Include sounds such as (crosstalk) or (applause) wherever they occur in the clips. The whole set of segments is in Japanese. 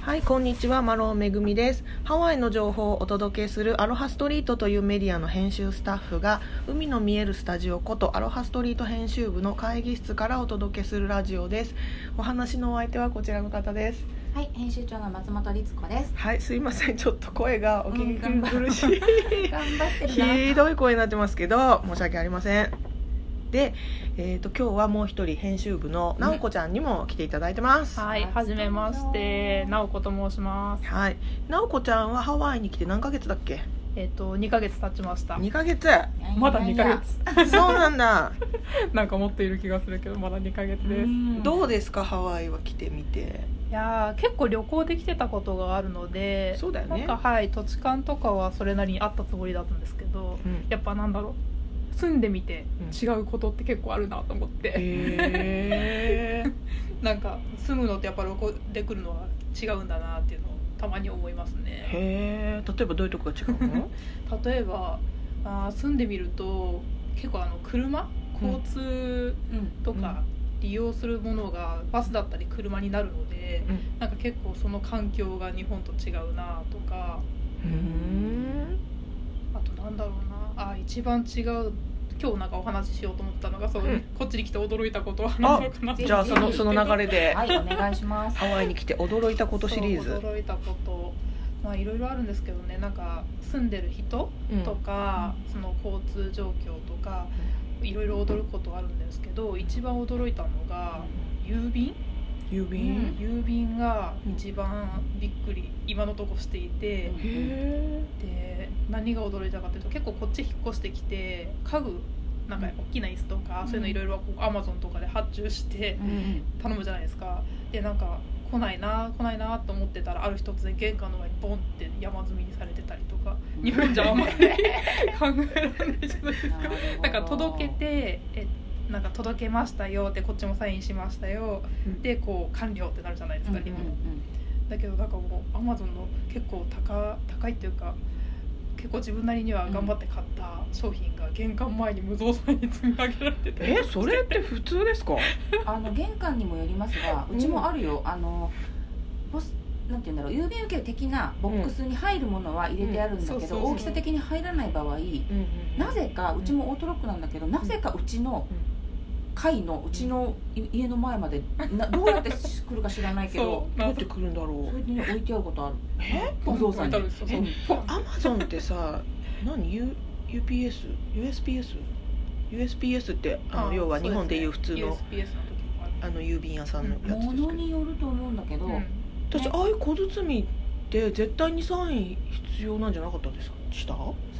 はいこんにちはマロンめぐみですハワイの情報をお届けするアロハストリートというメディアの編集スタッフが海の見えるスタジオことアロハストリート編集部の会議室からお届けするラジオですお話のお相手はこちらの方ですはい、編集長の松本律子です。はいすいませんちょっと声がお聞き苦しい、頑張ってるな。ひどい声になってますけど申し訳ありませんで、えー、と今日はもう一人編集部の直子ちゃんにも来ていただいてます、はい、はじめまして、なおこと申します。はい、直子ちゃんはハワイに来て何ヶ月だっけえっ、と、二ヶ月経ちました。 2ヶ (laughs) 月まだ二ヶ月。そうなんだ (laughs) なんか持っている気がするけど、まだ二ヶ月でですす。。どうですかハワイは来てみていやー、結構旅行できてたことがあるので。そうだよねなんか、はい、土地勘とかはそれなりにあったつもりだったんですけど。うんやっぱなんだろう。住んでみてうん違うことって結構あるなと思って、へーなんか住むのってやっぱ旅行で来るのは違うんだなっていうのをたまに思いますねへー例えばどういうとこが違う (laughs) の例えばあー住んでみると結構あの車うん交通うん。とか利用するものがバスだったり車になるので、うんなんか結構その環境が日本と違うなとかうーんあとなんだろうなあ一番違う今日なんかお話ししようと思ったのがそう、うんこっちに来て驚いたことを話そうかなあとじゃあそのその流れではい、お願いします。ハワイに来て驚いたことシリーそうズ驚いたことまあいろいろあるんですけどねなんか住んでる人うんとか、その交通状況とかいろいろ驚くことはあるんですけど一番驚いたのが郵便郵便郵便が一番びっくり今のとこしていて、へで何が驚いたかというと結構こっち引っ越してきて家具なんか大きな椅子とか、うんそういうのいろいろアマゾンとかで発注してうん頼むじゃないですかでなんか来ないな来ないなと思ってたらある一つで玄関の前にボンって山積みにされてたりとかうん日本じゃあんまり (laughs) 考えられないじゃないですかなるほど (laughs) なんか届けてえなんか届けましたよってこっちもサインしましたようんでこう完了ってなるじゃないですか、うんうんだけどなんかもうアマゾンの結構高高いっていうか結構自分なりには頑張って買った商品が玄関前に無造作に積み上げられててえそれって普通ですかうんあの玄関にもよりますが、うちもあるよ。あのポスなんて言うんだろう、郵便受け的なボックスに入るものは入れてあるんだうんけそうそうど、そう大きさ的に入らない場合、なぜかうちもオートロックなんだけど、なぜかうちのうん階のうちのい家の前までなどうやって来るか知らないけどそ。うどうなやんってか来るんだろそうれに置いてあることある。えお父さんに置いてあるそうそううんアマゾンってさ何 U UPS USPS USPS ってあの要は日本でいう普通の、そうですね USPS の時もあるあの郵便屋さんのやつですもけど、のによると思うんだけど、うん私ああいう小包みって絶対にサイン必要なんじゃなかったですかした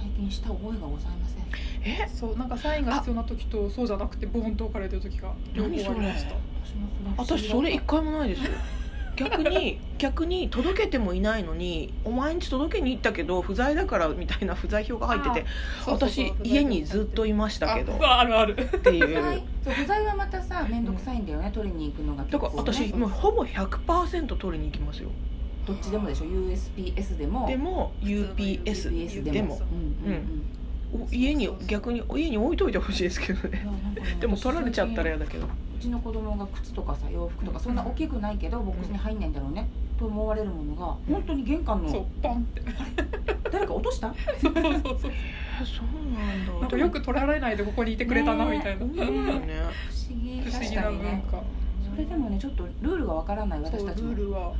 最近した覚えがございませんえそうなんかサインが必要な時とそうじゃなくてボーンと置かれてる時が両方あ何それりました私もそれ不思議私それ一回もないですよ逆に逆に届けてもいないのにお前んち届けに行ったけど不在だからみたいな不在票が入っててそうそうそう私家にずっといましたけどあそうあるあるってい不在うそう不在はまたさ面倒くさいんだよね、取りに行くのだが結か構、らね、私もうほぼ100%取りに行きますよどっちでもでしょ USPS でもでも UPS UPS でもでもうんうんうんお家に逆に家に置いといてほしいですけどいやねなんかねでも取られちゃったら私最嫌だけど近うちの子供が靴とかさ洋服とかそんな大きくないけどボックスに入んないんだろうね、と思われるものが本当に玄関そうのボンって誰か落としたそうそうそうそうえそうなんだ (laughs) なんかよく取られないでここにいてくれたなねえみたいな、そうだよね不思議不思確議かなに文ね化それでもねちょっとルールがわからないそ私うたちもルールは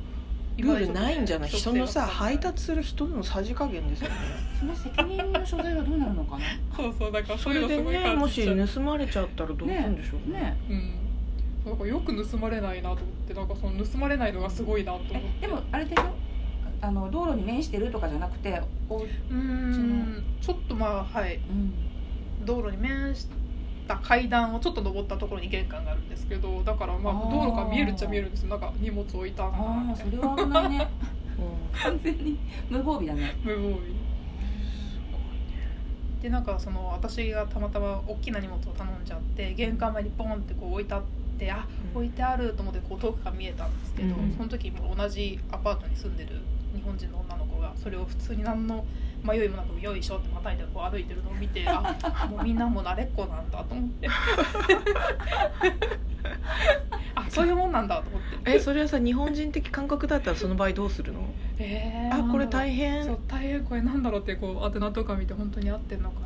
ルールないんじゃない今人までのちょっとさ配達する人のさじ加減ですよねその責任の所在はどうなるのかなそうそうだからそそういれうのですごいねも感しじちゃう盗まれちゃったらどうするんでしょうねねうんなんかよく盗まれないなと思ってなんかその盗まれないのがすごいなと思ってえでもあれでしょあの道路に面してるとかじゃなくてお、うんうーんちょっとまあはい道路に面した階段をちょっと登ったところに玄関があるんですけどだからまああー道路が見えるっちゃ見えるんですよなんか荷物置いたんだなあみあたそいなれは危ないねうん完全に無防備だね無防備でなんかその私がたまたま大きな荷物を頼んじゃって玄関前にポンってこう置いてあってあ置いてあると思ってこう遠くから見えたんですけど、うんその時も同じアパートに住んでる日本人の女の子がそれを普通に何の迷いもなく「よいしょ」ってまたいでこう歩いてるのを見てあ (laughs) もうみんなもう慣れっこなんだと思ってあそういうもんなんだと思ってえそれはさ日本人的感覚だったらその場合どうするのえあこれ大変そう変大変これなんだろうってこうアテナとか見て本当に合ってんのか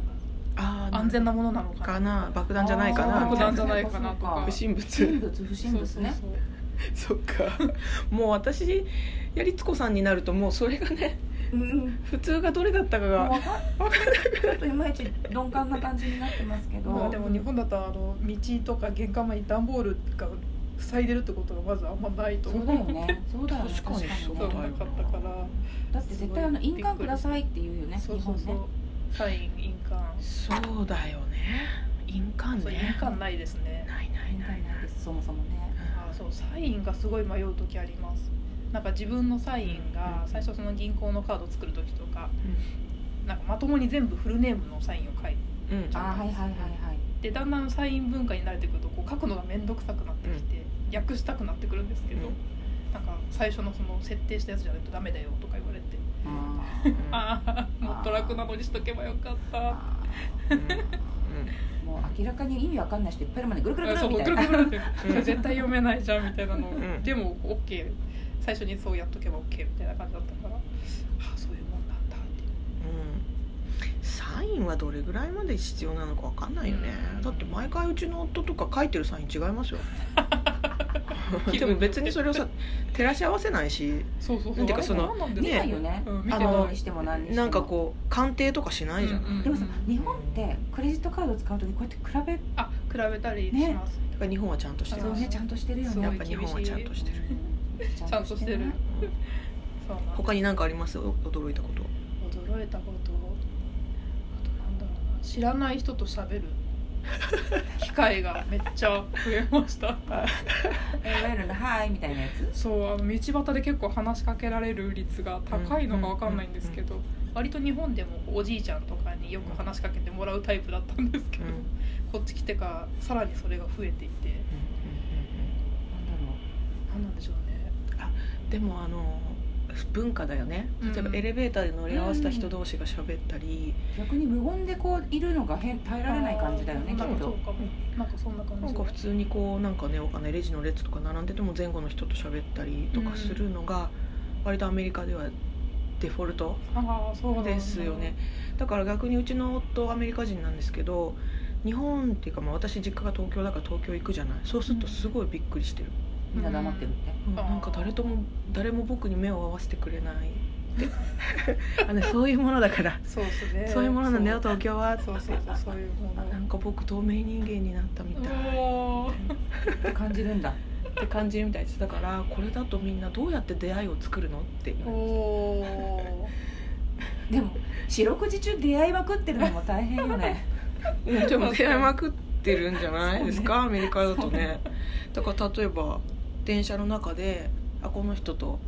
あーな安全なものなのかかなな爆弾じゃないかなあーみ爆たい弾なじゃないかなとか不審人物物不審物ねそうそ (laughs) そうっかもう私やりつこさんになるともうそれがねうん普通がどれだったかもうがわかちょっといまいち鈍感な感じになってますけそうまあでども日本だとあの道とか玄関前に段ボールが塞いでるってことがまずあんまないとそう思だよねそうだよね確かに確そかうにだねよなかったからだって絶対あの印鑑くださいって言うよねそう日そう本そうねサイン印鑑そうだよね印鑑そうね印鑑ないですねないない印な鑑いなないいですそもそもねあーそうサインがすごい迷う時ありますなんか自分のサインがうん最初その銀行のカード作る時とかなんかまともに全部フルネームのサインを書いうんうんあーはいはいはいはいてだんだんサイン文化に慣れてくるとこう書くのが面倒くさくなってきて、訳したくなってくるんですけど、うんなんか最初のその設定したやつじゃないとダメだよとか言われて、あうんああもっと楽なのにしとけばよかったあうんーもう明らかに意味わかんない人いっぱいいるもんねぐるぐるぐるそうみぐたるいぐなるぐるってうん (laughs) 絶対読めないじゃんみたいなの、んでも OK 最初にそうやっとけば OK みたいな感じだったからああそういうもんなんだっうてんサインはどれぐらいまで必要なのかわかんないよね、うんだって毎回うちの夫とか書いてるサイン違いますよ (laughs) 気分にでも別にそれをさ照らし合わせないしそうそうそうてかそのあれ何なんです見かないよねうん見あてのないにしても何にしてもなんかこう鑑定とかしないじゃない、うんうんでもさ日本ってクレジットカード使うときこうやって比べあ比べたりします、だから日本はちゃんとしてそうまねすちゃんとしてるよねやっぱ日本 (laughs) はちゃんとしてるうんちゃんとしてるない (laughs) そうなんです他に何かありますお驚いたこと驚いたことあとなんだろうな知らない人と喋る機会がめっちゃ増えましたえいわゆるの「はーい」みたいなやつそうあの道端で結構話しかけられる率が高いのかわかんないんですけど割と日本でもおじいちゃんとかによく話しかけてもらうタイプだったんですけど、うんこっち来てからさらにそれが増えていてなんだろう何なんでしょうねでもあの文化だよねうん例えばエレベーターで乗り合わせた人同士が喋ったり、逆に無言でこういるのが変耐えられない感じだよねあーきなんっかそうとかもなんかそんな感じなんか普通にこうなんかねお金レジの列とか並んでても前後の人と喋ったりとかするのが割とアメリカではデフォルトああそうなんだですよねだから逆にうちの夫アメリカ人なんですけど日本っていうかまあ私実家が東京だから東京行くじゃないそうするとすごいびっくりしてる、みんな黙ってるってうんなんか誰とも誰も僕に目を合わせてくれないっ (laughs) てあ、ね、そういうものだからそうですねそういうものなんだよ東京はそうそうそうそういうもあのなんか僕透明人間になったみたいおーって感じるんだって感じみたいですだからこれだとみんなどうやって出会いを作るのって言われておーでも四六時中出会いまくってるのも大変 (laughs) よねうんでも出会いまくってるんじゃないですか、アメリカだとねだから例えば電車の中であこの人と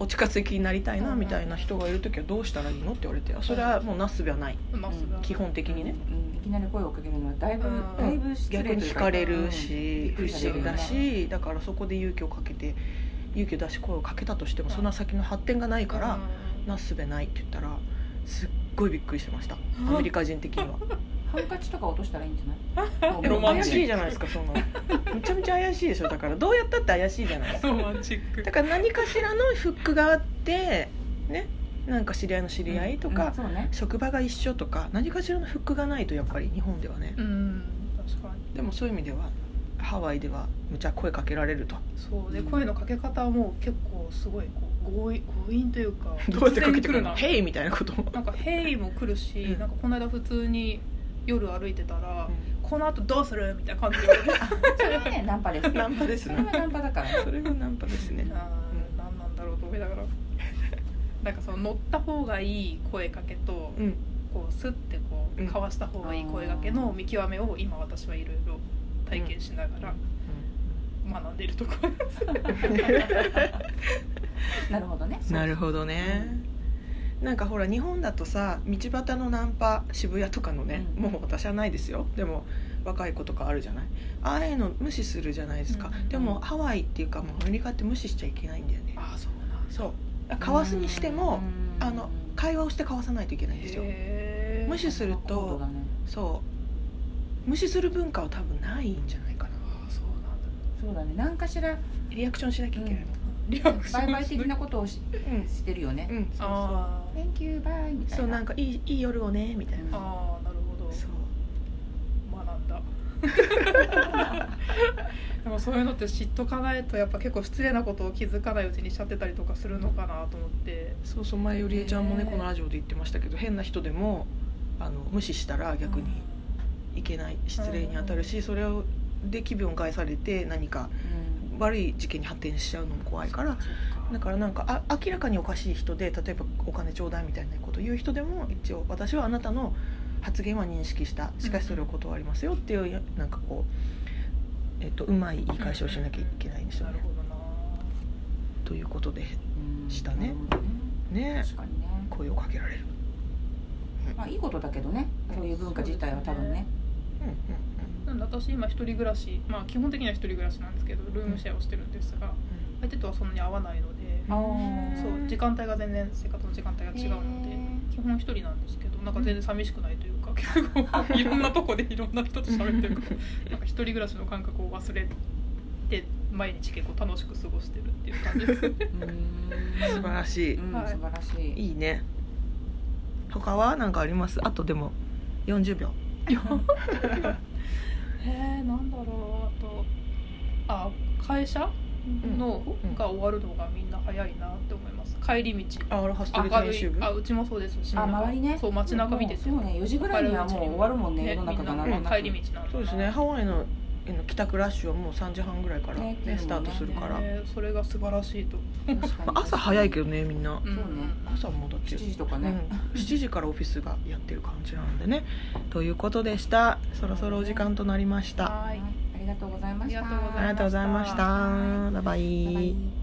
お近づきになりたいなみたいな人がいる時はどうしたらいいのって言われてあそれはもうなすすべはないまあそれは基本的にねうんいきなり声をかけるのはだいぶうんだいぶ失礼逆にという惹かかれるしうん不びっく思りされ議るよねだしだからそこで勇気をかけて勇気を出し声をかけたとしてもその先の発展がないから、うんなすすべないって言ったらすっごいびっくりしてましたアメリカ人的には (laughs) ハンカチとか落としたらいいんじ (laughs) ゃないロマン怪チックしいじゃないですかそのめちゃめちゃ怪しいでしょだからどうやったって怪しいじゃないですかロマンチックだから何かしらのフックがあってねなんか知り合いの知り合いとうんか、そうね職場が一緒とか何かしらのフックがないとやっぱり日本ではねうん確かにでもそういう意味ではハワイではむちゃ声かけられるとそうで声のかけ方はもう結構すごいこう強引強引というか (laughs) どうやってかけてくる突の「然来ヘイ!」みたいなことななんか「ヘイ」も来るし、うんなんかこの間普通に夜歩いてたら「うこの後どうする?」みたいな感じで (laughs) 言われてそれはねナンパですんナンパですそれはねナンパだからねそれがナンパですねあー何なんだろうと思いながらなんかその乗った方がいい声かけとうんこうスッてこううんかわした方がいい声かけの見極めを今私はいろいろ体験しながら学んでいるところです。なるほどね (laughs) なるほどね、なんかほら日本だとさ道端のナンパ渋谷とかのね、うんもう私はないですよでも若い子とかあるじゃないああいうの無視するじゃないですか、うんでもハワイっていうかもうアメリカって無視しちゃいけないんだよねあーそうなんだそうかわすにしてもうんあの会話をしてかわさないといけないんですよへー無視する高度とだねそう無視する文化は多分ないんじゃないかなあーそそうなんだうだね何かしらリアクションしなきゃいけないのかリアクションバイバイ的なこことをしなうんしてるよねうんそうそうあ「Thank you bye」みたいなそうなんかいいいい夜をねみたいーなあーなるほどそう学んだでもそういうのって知っとかないとやっぱ結構失礼なことを気づかないうちにしちゃってたりとかするのかなと思ってそうそう前よりえちゃんもねねこのラジオで言ってましたけど変な人でもあの無視したら逆にいけない失礼に当たるしそれをで気分を害されて何かうん悪い事件に発展しちゃうのも怖いからだからなんかあ明らかにおかしい人で例えばお金ちょうだいみたいなこと言う人でも一応私はあなたの発言は認識したしかしそれを断りますよっていうなんかこう、えっとうまい言い返しをしなきゃいけないんですよなるねほ。どなということでうんしたねなるほどね確かにね声をかけられる。まあいいことだけどねそういう文化自体は多分ねうんうんなんで私今一人暮らしまあ基本的には一人暮らしなんですけどルームシェアをしてるんですが相手とはそんなに合わないのであうんーそう時間帯が全然生活の時間帯が違うのでへー基本一人なんですけどなんか全然寂しくないというか結構 (laughs) いろんなとこでいろんな人と喋ってるからなんか一人暮らしの感覚を忘れて毎日結構楽しく過ごしてるっていう感じですうん (laughs) うん素晴らしいうん、はい素晴らしいいいね他は何かありますあとでも40秒へえなんだろうあとあ会社のうんが終わるのがみんな早いなって思います帰り道あアロハストリート明編る集い部あうちもそうですしあ周りねそう街中見ててそうね4時ぐらいにはもう終わるもんね世の中がみなんんなとな帰くり道なんだなそうですねハワイのへの帰宅ラッシュはもう3時半ぐらいから、ねねスタートするから、ねそれが素晴らしいと、確かにまあ朝早いけどねみんなんそうね朝もだって7時とかね、うん、7時からオフィスがやってる感じなんでねということでしたそろそろお時間となりましたははいいありがとうございましたありがとうございましたありがとうございましたバイバイバイバイ